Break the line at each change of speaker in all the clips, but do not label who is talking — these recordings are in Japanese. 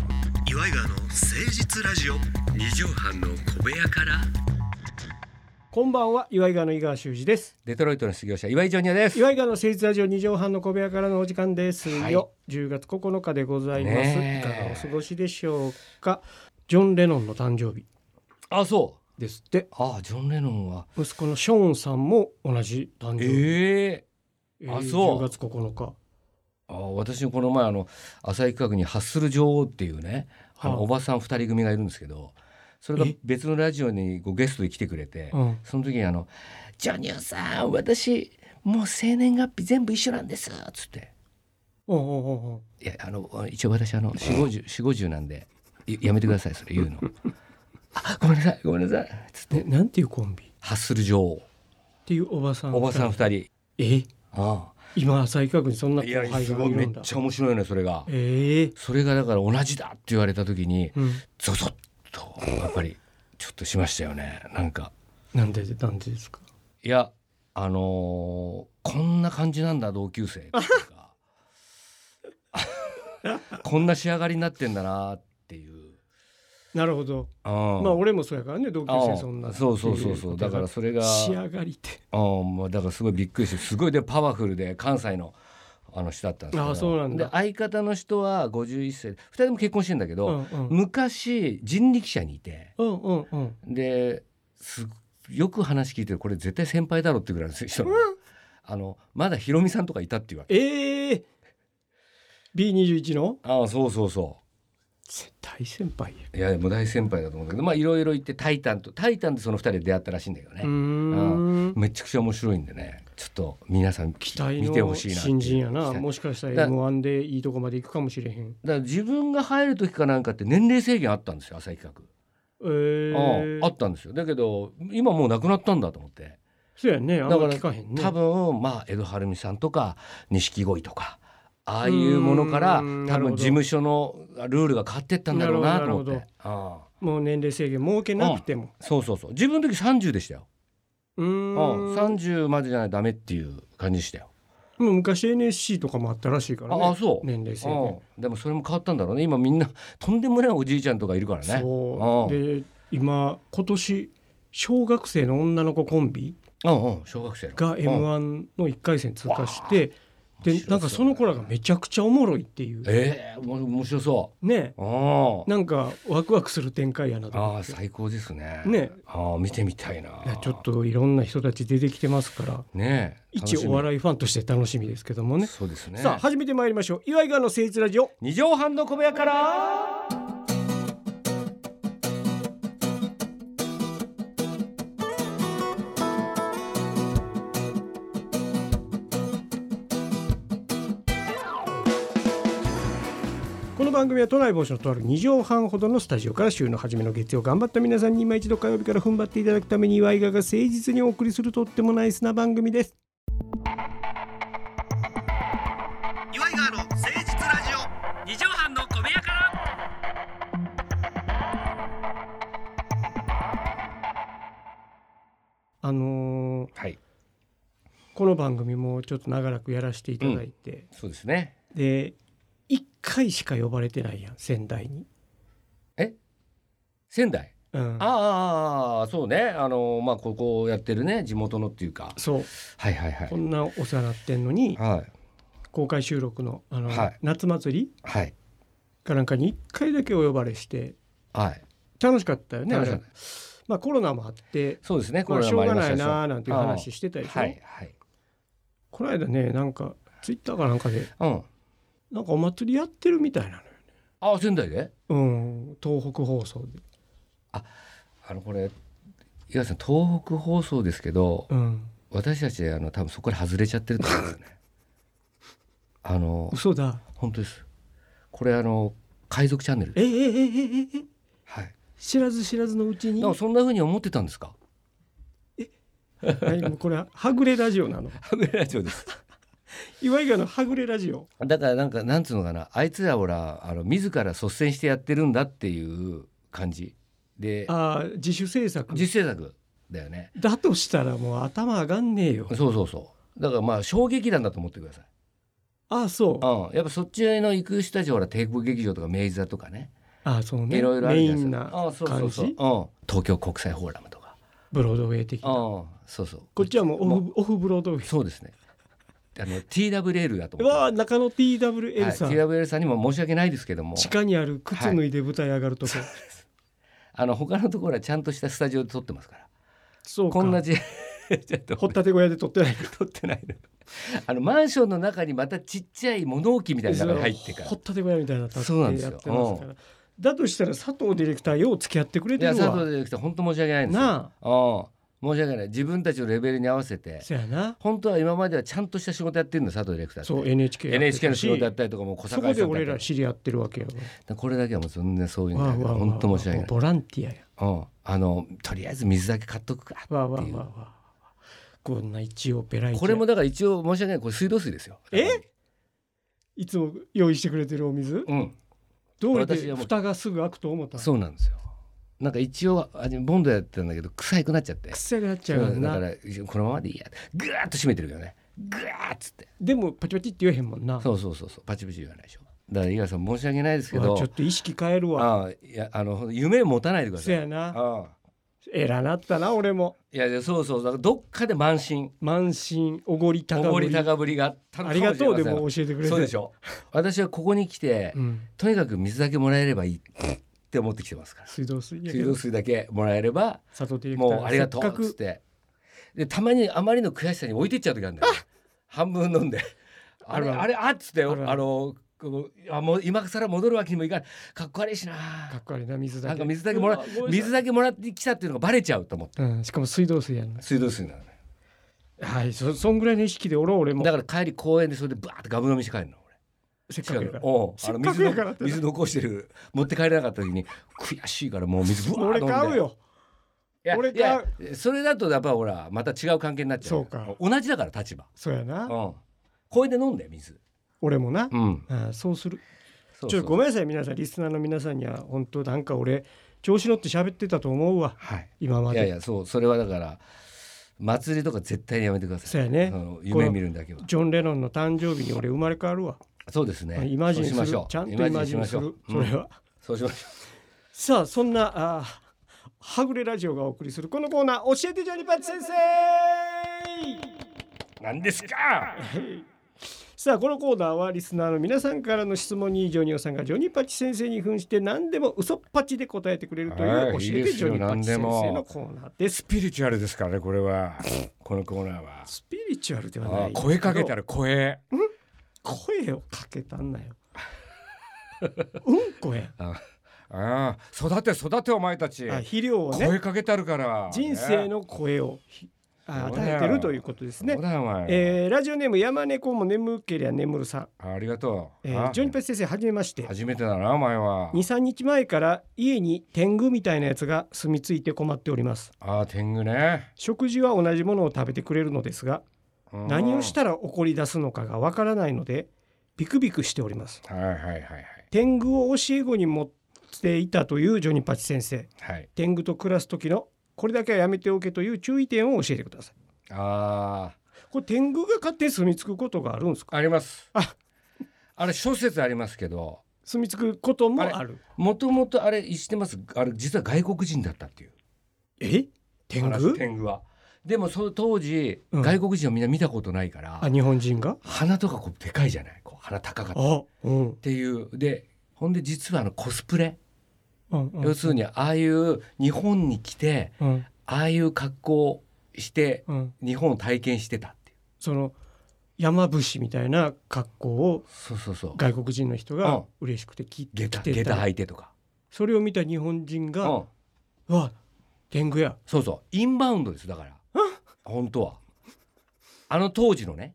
イガーの誠実ラジオ
二畳半の小部屋から
こんばんは岩井川の井川修司です
デトロイトの失業者岩井ジョニアです
岩井川の誠実ラジオ二畳半の小部屋からのお時間ですよ、
はい
10月9日でございます、
ね
い
え
かがお過ごしでしょうかジョン・レノンの誕生日
あそう
ですって
あジョン・レノンは
息子のショーンさんも同じ誕生日、
え
え
あそう
10月9日
えあ私のこの前あの浅井企画に「ハッスル女王」っていうねあ
は
の
あ
おばさん二人組がいるんですけどそれが
え
別のラジオにこうゲストで来てくれて
うん
その時にあの「ジョニオさん私もう生年月日全部一緒なんです」っつって
おうおうおうおう
「いやあの一応私あの四五十四五十なんでいやめてくださいそれ言うの」あ「ごめんなさいごめんなさい」つって
ね、なんていうコンビっ
ハッスル女王
ていうおばさん
おばさん二人
え
あ
今浅井企画にそん
あ
ない後
や
輩がい
す
る
ごいめっ
んだ
ちゃ面白いねそれが
ええ
それがだから同じだって言われた時に
うん、
ゾゾッとやっぱりちょっとしましたよねなんか
なんでなんでですか
いやあのーこんな感じなんだ同級生っていうか こんな仕上がりになってんだなっていう
なるほど
ま
まあ俺もそうやからね同級生そんな
そうそうそうそうだからそれが
仕上がりって
うん、まあ、だからすごいびっくりしてすごいでパワフルで関西のあの人だったんですけど
あそうなんだ
で相方の人は51歳2人とも結婚してんだけ
う
ど、
んうん
昔人力車にいて
うんうんうん。
ですよく話聞いてるこれ絶対先輩だろってぐらいの人なの、あのまだひろみさんとかいたっていうわけ
ええ B21 の
ああそうそうそ
大先輩や。
ういやもう大先輩だと思うんだけどまあいろいろ言って「タイタン」と「タイタン」でその2人で出会ったらしいんだけどね、
うーん。
めちゃくちゃ面白いんでねちょっと皆さん期
期待
見てほ
の
しいな
新人やな。
期待
もしかした
だ
ら M1 でいいとこまで行くかもしれへん。
だから自分が入る時かなんかって年齢制限あったんですよ朝日企
え
画、
ー、
ああったんですよだけど今もうなくなったんだと思って
そうやね。あんま
だから
聞かへんね。
多分まあ江戸晴美さんとか錦鯉とかああいうものから
うーん
多
なるほ
分
ど
事務所のルールが変わってったんだろうなと思っ
なる
てああ
もう年齢制限設けなくても。
そうそうそう自分の時30でしたよ、
う
う
ー
ん、
ん。
30までじゃないとダメっていう感じでしたよ、
もう昔 NSC とかもあったらしいからね。
ああそう
年齢制限。
うん、でもそれも変わったんだろうね今みんな とんでもないおじいちゃんとかいるからね
そう。で今今年小学生の女の子コンビ。
うんうん小学生の
が
うん
M1 の一回戦通過して、
面白
で
そう
なんかその子らがめちゃくちゃおもろいっていう
ええも面白そ
ね
う。ああ。
なんかワクワクする展開やなと
あ
思
あ
って
最高ですね。
ね。
ああ見てみたいな。
いやちょっといろんな人たち出てきてますから
ねえ。
一お
い
笑いファンとして楽しみですけどもね
そうですね。
さあ始めてまいりましょう岩井川の誠実ラジオ
二畳半の小部屋から。
この番組は都内某所のとある2畳半ほどのスタジオから週の初めの月曜頑張った皆さんに今一度火曜日から踏ん張っていただくために岩井川が誠実にお送りするとってもナイスな番組です
岩井川の誠実ラジオ
二畳半の小部屋から。
あのー
はい。
この番組もちょっと長らくやらせていただいて、
そうですね。
で1回しか呼ばれてないやん仙台に、
仙台。
うん、
ああああああそうね。あのまあここをやってるね地元のっていうか。
そう
はいはいは
こ
い。
んなお世話になってんのに
はい
公開収録のあの、
はい
夏祭り
はい
かなんかに1回だけお呼ばれして
はい。
楽しかったよねあ
楽し
れ
かっ
は
た、
まあ、コロナもあって、
そうですね。
まあ、し
れ
ょ
も
う
り
が
ま
な
し
い
たし
なーなんていう話してたでしょ、
はいはい。
この間ねなんかツイッターかなんかで
うん。
なんかお祭りやってるみたいなのよ、
ああ仙台で。
うん、東北放送で、
あのこれ井川さん東北放送ですけど
うん、
私たちあの多分そこから外れちゃってると思うんですよね。 あの
嘘だ
本当です。これあの海賊チャンネルで
ええええええええ
はい。
知らず知らずのうちに
でもそんな風に思ってたんですか。
はい、もうこれははぐれラジオなの。
はぐれラジオです。
岩井川のはぐれラジオ。
だからなんかなんつうのかなあいつらほらあの自ら率先してやってるんだっていう感じで
ああ、自主制作。
実制作だよね。
だとしたらもう頭上がんねえよ。
そうそうそう。だからまあ小劇団だと思ってください。
ああ、そう
うん。やっぱそっちの行く人たちはほら帝国劇場とか明治座とかね。
あそうね
いろいろある
メ
じゃないで
イ
す
ン
か
な
あそうそうそう、う
感
ん、東京国際フォーラムとか
ブロードウェイ的
あ
な
そうそう
こっちはもうオフオフブロードウェイ
そうですねあ の TWL だと
う
思って
わあ中野 TWL さ
は
ん、
い、TWL さんにも申し訳ないですけども
地下にある靴脱いで舞台上がるとこ、
あの他のところはちゃんとしたスタジオで撮ってますから
そうか
こんなじ ちょっと
掘ったて小屋で撮ってない
撮ってないのあのマンションの中にまたちっちゃい物置みたいなのが入ってから
掘ったて小屋みたいなの建て
そうなんです
や
よ
ってますからだとしたら佐藤ディレクターよう付き合ってくれ
い
て
や
る
佐
わ
藤ディレクター本当申し訳ないんですよ
な
うん申し訳ない自分たちのレベルに合わせて
あそやな
本当は今まではちゃんとした仕事やってるの佐藤ディレクターって
そう NHK やってたし
NHK の仕事やったりとかもう小
そ
坂井
こで
さんだ
俺
った
ら
り
知り合ってるわけよ
これだけはもう全然そういうん
わ
だ
あ
けど
わあわあ
本当申し訳ない、
ボランティアや
うん、あのとりあえず水だけ買っとくか
わあわあ
っていう
わあわあこんな一応ペライチ
これもだから一応申し訳ないこれ水道水ですよ
えいつも用意してくれてるお水
うん
どうやっ
私
て
はもう
蓋がすぐ開くと思った
そうなんですよなんか一応あボンドやってたんだけど臭くなっちゃって
臭くなっちゃうよ
そうだか
な
らこのままでいいやぐーっと締めてるけどねぐーっつって
でもパチパチって言えへんもんな
そうそうそうそうパチパチ言わないでしょだから井川さん申し訳ないですけ
う
ど
わちょっと意識変えるわ
ああいやあの夢持たないでくださ
そ
い
やな
ああ
えらなったな俺も
いやいやそうそうだからどっかで満身
満身おごり
お
高
ご
ぶり
り高ぶりがあったの
あ
か
り
もしれ
が
ません
とうでも教えてくれて
そうでしょ私はここに来て、
うん
とにかく水だけもらえればいいって思ってきてますから
水道水やけ
水
ど
道水だけもらえれば
佐藤ディレクター
もうありがとう
せっ
っ
か
つっ
く
てでたまにあまりの悔しさに置いてっちゃう時あるんだよね半分飲んであれ
あるある
あれあっつって
あるある
あのこのあもう今更戻るわけにもいかないかっこ悪いしな
かっこ悪いな水だけ
なんか水だけもら
うわ
水だけもらってきたっていうのがバレちゃうと思って
うんしかも水道水やんな
水道水なのね
はいそそんぐらいの意識でおろう俺も
だから帰り公園でそれでバーってガブ飲みして帰るの俺
せっかくや
近
から
くおう
せっ
あの
かく
水
やから
の
ってな
水残してる持って帰れなかった時に悔しいからもう水ぶわー
俺
飲んで
買うよ
いや
俺
いやそれだとやっぱほらまた違う関係になっちゃう
そうか
同じだから立場
そうや
う
な
ん公園で飲んで水
俺もな
うん
あそうする
そうそう
ちょっとごめんなさい皆さんリスナーの皆さんには本当なんか俺調子乗って喋ってたと思うわ
はい
今ま
いやい
で
やそうそれはだから祭りとか絶対にやめてください
そうやね
あの夢見るんだけは
ジョン・レノンの誕生日に俺生まれ変わるわ
そうですね
イマジンす
そう
る
しましょう
ちゃんとイマジンする
イ
そ
マジンしましょううん
れは
そうしましょ
さあそんなあーはぐれラジオがお送りするこのコーナー教えてジョニパチ先
う
生
何ですか
さあこのコーナーはリスナーの皆さんからの質問にジョニオさんがジョニパチ先生に扮して何でも嘘っぱちで答えてくれるとい
は
う
い
教
いい
え
で
て
す
ジ
よ
ョニパチ先生の
何でも
コーナーです
スピリチュアルですからねこれ はこのコーナーは
スピリチュアルではないら
ら声
声をかけた んなようんこや
ああ育て育てお前たち
あ肥料をね
かけてあるから
人生の声をひあ
そうだ
与え
よ
てるということですね
そうだよお前
えーラジオネーム山猫も眠けりゃ眠るさん、
ありがとう。
えー
あ
ジョニパチ先生はじめまして
初めてだな、お前は。
23日前から家に天狗みたいなやつが住み着いて困っております
ああ、天狗ね。
食事は同じものを食べてくれるのですが
うん
何をしたら怒り出すのかがわからないのでビクビクしております
はいはいはいはい。
天狗を教え子に持っていたというジョニパチ先生
はい。
天狗と暮らす時のこれだけはやめておけという注意点を教えてください
あ
これ天狗が勝手に住み着くことがあるんですか
あ、あります。
あ
あれ、諸説ありますけど、
住み着くことも
あれ
ある
もともとあれ、知ってます。あれ、実は外国人だったっていう。
え天
話
狗
天狗は。でも、その当時、
うん
外国人はみんな見たことないから、
あ日本人が
鼻とかこうでかいじゃない。こう鼻高かった。っ
あうん
ていう。で、ほんで、実はあのコスプレ。
うんうん
要するに、ああいう日本に来て、
うん
ああいう格好をして、
うん
日本を体験してたっていう
その山伏みたいな格好を
そうそうそう
外国人の人
う
が
ん
嬉しくてき
下
着
駄
て
下
た
駄
り
履いてとか、
それを見た日本人
う
が
ん、
「わ天狗や
そうそうインバウンドですだから本当はあの当時のね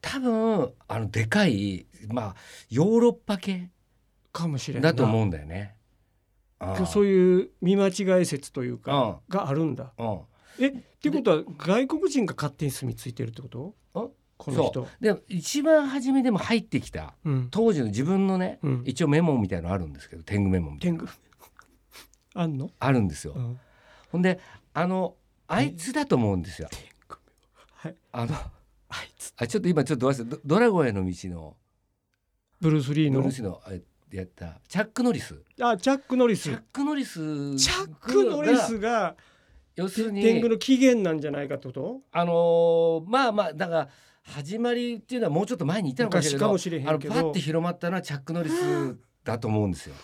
多分あのでかいまあヨーロッパ系」
かもしれんない
だと思うんだよねああ
そういう見間違い説という
う
か
ん
があるんだ
うん
えっていうことは外国人が勝手に住み着いてるってこと
あ
この人
で一番初めでも入ってきた
うん
当時の自分のね
うん
一応メモみたいのあるんですけど天狗メモみたい
天狗 あんの
なあるんですよ、
うん
ほんであのあいつだと思うんですよ
天狗はい
あの
あいつ
あちょっと今ちょっとどうしてドドラゴンへの道の
ブルース・リー
ブ
の
ルースのえやったチャック・ノリス
あチャック・ノリ
チ
ス
ャック・ノリス
チャック・ノリスが
要するに
天狗の起源なんじゃないかってこと
あのーまあまあだから始まりっていうのはもうちょっと前に言ったのかもしれな
昔か
い
も
け
しれへ
どあの
んけ
パッ
ど
て広まったのはチャック・ノリ スだと思うんですよ。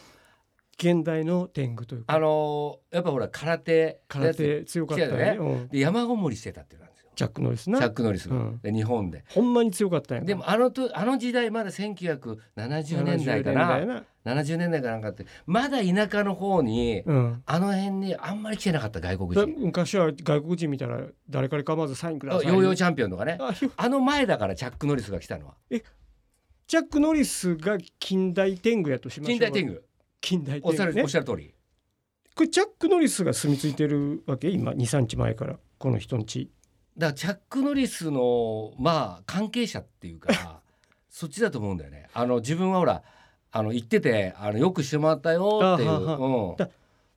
現代の天狗という
あ
か
のーやっぱほら空手
空手強かったよ
そうやね
ねうん
で山ごもりしてたっていうのなんですよ
チャック・ノリス
チャッ
な
ク・ノリスが、
うん
で日本で。
ほんまに強かったんやな
でもあのとあの時代まだ1970年代か
70
な
年代やな
70年代かなんかってまだ田舎の方に、
うん
あの辺にあんまり来てなかった外国
だ
人
昔は外国人見たら誰から構わずサインくだ
ヨ
さい
ーヨーチャンピオンとかね
あよ
あの前だからチャック・ノリスが来たのは
チャック・ノリスが近代天狗やとしましょう
近代天狗
近代
お
天
っしゃ
狗
る
ね
おっしゃる通り
これチャック・ノリスが住み着いてるわけ今23日前からこの人んち
だからチャック・ノリスのまあ関係者っていうか そっちだと思うんだよねあの自分はほらあの行っててあのよくしてもらったよっていう
あはあ
うん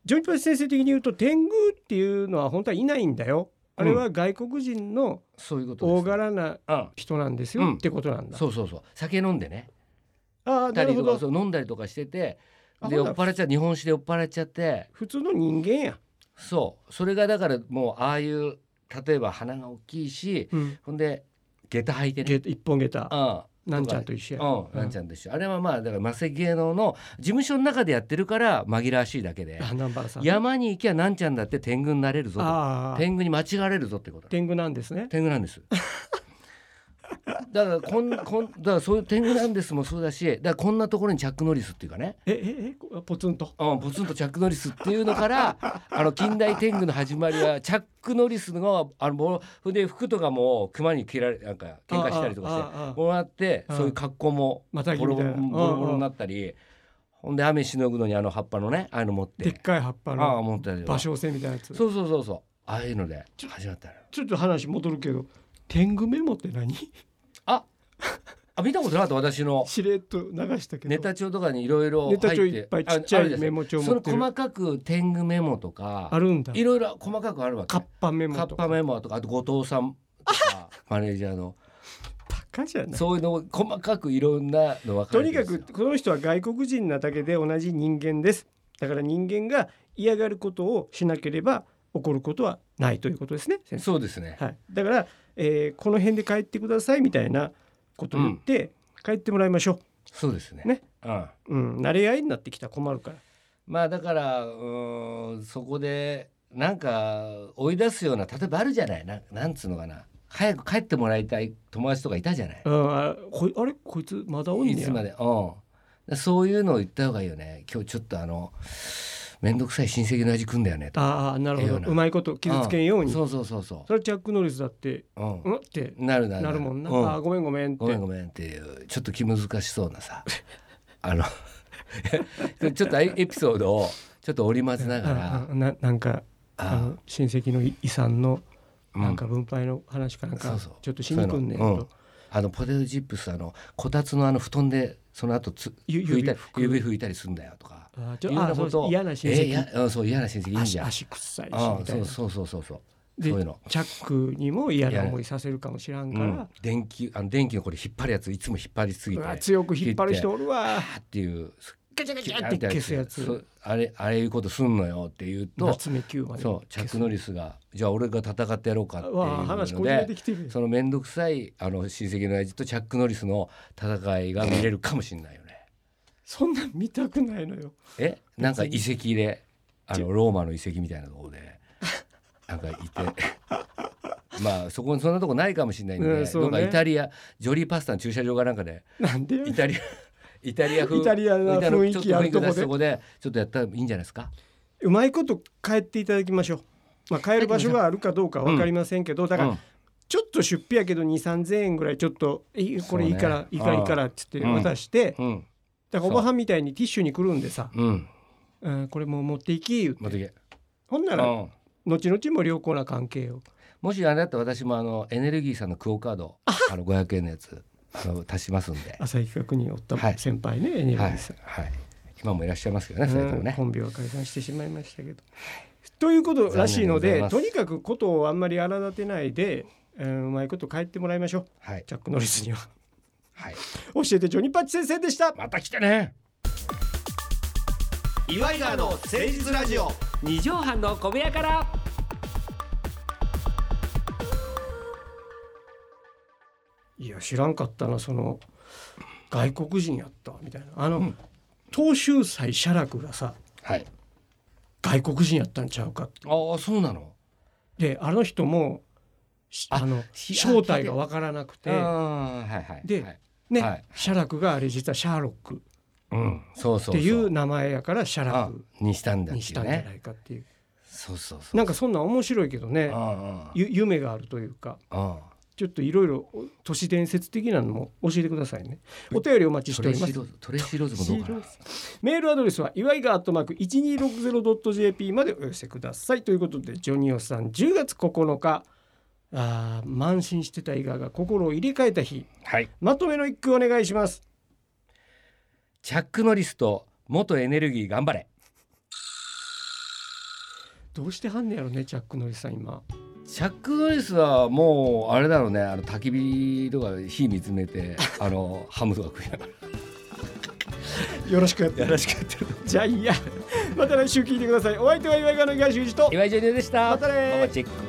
ジョン・パチ先生的に言うと天狗っていうのは本当はいないんだよあれは外国人の
そういうことです
大柄な
うん
人なんです
う
よ
ん
ってことなんだ、
そうそうそう酒飲んでね
ああな
二
る
人
ほ
とかそ
ど
う飲んだりとかしてて
あ
で
ほ
酔
ん
っ
な
払
ら
っちゃう日本酒で酔っ払っちゃって
普通の人間や、
そうそれがだからもうああいう例えば鼻が大きいし
うん、
ほんで下駄履いて
ゲ
ね
一本下駄
うん
なんちゃんと一緒や、
うん、なんちゃんと一緒あれはまあだからマセ芸能の事務所の中でやってるから紛らわしいだけで
あナンバーさん
山に行きゃなんちゃんだって天狗になれるぞと
ああ
天狗に間違われるぞってこと
天狗なんですね
天狗なんですだからこんこんだからそういう天狗なんですもそうだしだからこんなところにチャック・ノリスっていうかね
えええこポツンと
うん、ポツンとチャック・ノリスっていうのから あの近代天狗の始まりはチャック・ノリスのあのもうそれで服とかも熊に切られなんか喧嘩したりとかして
ああああああ
もらって
うん
そういう格好もボ
ま
ロ
たぎ
ボロ
みた
ボ
いな
ロボロになったりほんで雨しのぐのにあの葉っぱのねああいうの持っ
でってかい葉っぱ
ああ
の
持ったりと
芭
か
蕉扇みたいなやつ
そうそうそうそうああいうので始まったのよ
ちょっと話戻るけど天狗メモって 何
ああ見たことなかった私の
しれっと流したけど
ネタ帳とかにいろいろ入
ネ
って
タ帳いっぱいちっち
あ
ゃ
ある
い
じ
メ
ゃない
モ帳
ですか
持
そ
ってる
の
あ
細かく天狗メモとか
るんだ
いろいろ細かくあるわけ
カッパメモ
カッ
と
パ
か
メモとかあと後藤さんと かマネージャーの
バカじゃない
そういうのを細かくいろんなの分か
と
れ
に
てる
か
んですよ
くこの人は外国人なだけで同じ人間ですだから人間が嫌がることをしなければ起こることはないということですね先
そうですね
生、はい、だから、えーこの辺で帰ってくださいみたいなことを言って、帰ってもらいましょ
そうですね
ね
うん、
う、うん、慣れ合いになってきたら困るから
まあだからうーんそこでなんか追い出すような例えばあるじゃないななんつうのかな早く帰ってもらいたい友達とかいたじゃない
うんあこあれこいつまだおんね
い
や
つまでうんそういうのを言った方がいいよね今日ちょっとあの面倒くさい親戚の味食うんだよねと
ああなる
ええ
ほ
よ
ど
な
うまいこと傷つけんように
んそうそうそうそ
それはジャック・ノリスだって
う、うん
うんって
なるなる
なるもんな、
う
あーごめんごめんって
ごめんごめんっていうちょっと気難しそうな さあのちょっとエピソードをちょっと織り交ぜなが
あ
ら
あななんかあ
あ
の親戚の遺産の
うん
なんか分配の話かなん
そ
か
うそう
ちょっとしにくんねん
そういうのう
と
んあのポテトチップスあのこたつのあの布団でその後つ
ゆ
拭いたり
拭く
指拭いたりするんだよとか
あち
い
ょ
ろんな
あそ
こ
うそ
と
う嫌な親
えーい
戚
やうんそう嫌な親戚いいじ
足
ゃん
足臭いしみ
あ
た
そ
いうな
そうそうそうそう
で
そういうの、
チャックにも嫌な思いさせるかもしらんか
う
ら、
ん、電気あの電気のこれ引っ張るやついつも引っ張りすぎ
う
て
わ強く引っ張る人おるわ
あーっていう
ガチャガチ
キャ
ャ
ー
っ
ってて
消すや
そ
つ
うあれあれいうことすんのよって言うと
夏目9まで
そうチャック・ノリスがじゃあ俺が戦ってやろうかっていう
わあ話こ
の
じれて
で
きてるよ
その面倒くさいあの親戚の親父とチャック・ノリスの戦いが見れるかもしれないよね。
そんなん見たくないのよ
えなんか遺跡であのローマの遺跡みたいなところで なんかいて まあそこにそんなとこないかもしれないんで、
うんそうね
なんかイタリアジョリーパスタの駐車場がなんかで
なんでよ
イタリア イタリア風
イタリアな雰囲気ある
ち
と
ょっ雰囲気出
こ
す
で
とこでちょっとやったらいいんじゃないですか。
うまいこと帰っていただきましょう。まあ、帰る場所があるかどうかは分かりませんけど、だから
うん
ちょっと出費やけど2 3 0円ぐらいちょっと「いいこれいいから、
そうね
いいから
ああ
いいから」っつって
うん
渡して、
うん
だからおばはんみたいにティッシュにくるんでさ
うん
「うん、これもう持っていき」言うて
また行け
ほんな
う
ら
ん
後々も良好な関係を
もしあれだったら私もあのエネルギーさんのクオカードあの500円のやつあの足しますん で、
朝日企画におった
はい
先輩ね、エネルギ
はい
ーさん、
はい、今もいらっしゃいますけどね、それと
う
も
ん、
ね
コンビは解散してしまいましたけど。ということらしいの
残念でござ
で
います
とにかくことをあんまり荒立てないで、うん、うまいこと帰ってもらいましょう
はい、
ジャック・ノリスには。
はい、
教えてジョニーパッチ先生でした
また来てね
岩井川の誠実ラジオ
二畳半の小部屋から
いや知らんかったなその外国人やったみたいなあの、東秀斎写楽がさ
はい
外国人やったんちゃうかって
ああそうなの
であの人もし
あ
あの
ひ
正体が分からなくて
ああはいはい
で
はい
ね、
はい
写楽があれ実はシャーロック
うんそうそ
っ
う
て
そ
いう名前やから写
あ
楽
にしたんだって
に
い
した
うん
じゃな
ね
いかっていう
そうそうそう
なんかそんなん面白いけどね
あ
ゆ夢があるというか
あああ
ちょっといろいろ都市伝説的なのも教えてくださいねお便りお待ちし
ト
て
レ
お
イ
り
シーロ
ます
ーズトレイシーローズもどうかな
メールアドレスは岩井がアットマーク 1260.jp までお寄せくださいということでジョニオさん10月9日あー慢心してた伊賀が心を入れ替えた日
はい
まとめの一句お願いします
チャックノリスと元エネルギー頑張れ
どうしてはんねやろねチャックノリさん今
チャック・ノリスはもうあれだろうねあの焚き火とか火見つめてあのハムとか食いながら
よろしくやってよろしくやってるじゃあいいやまた来週聞いてくださいお相手は岩井がの東修二と
岩井ジョニオでした
またねー
ママチェック
Oh,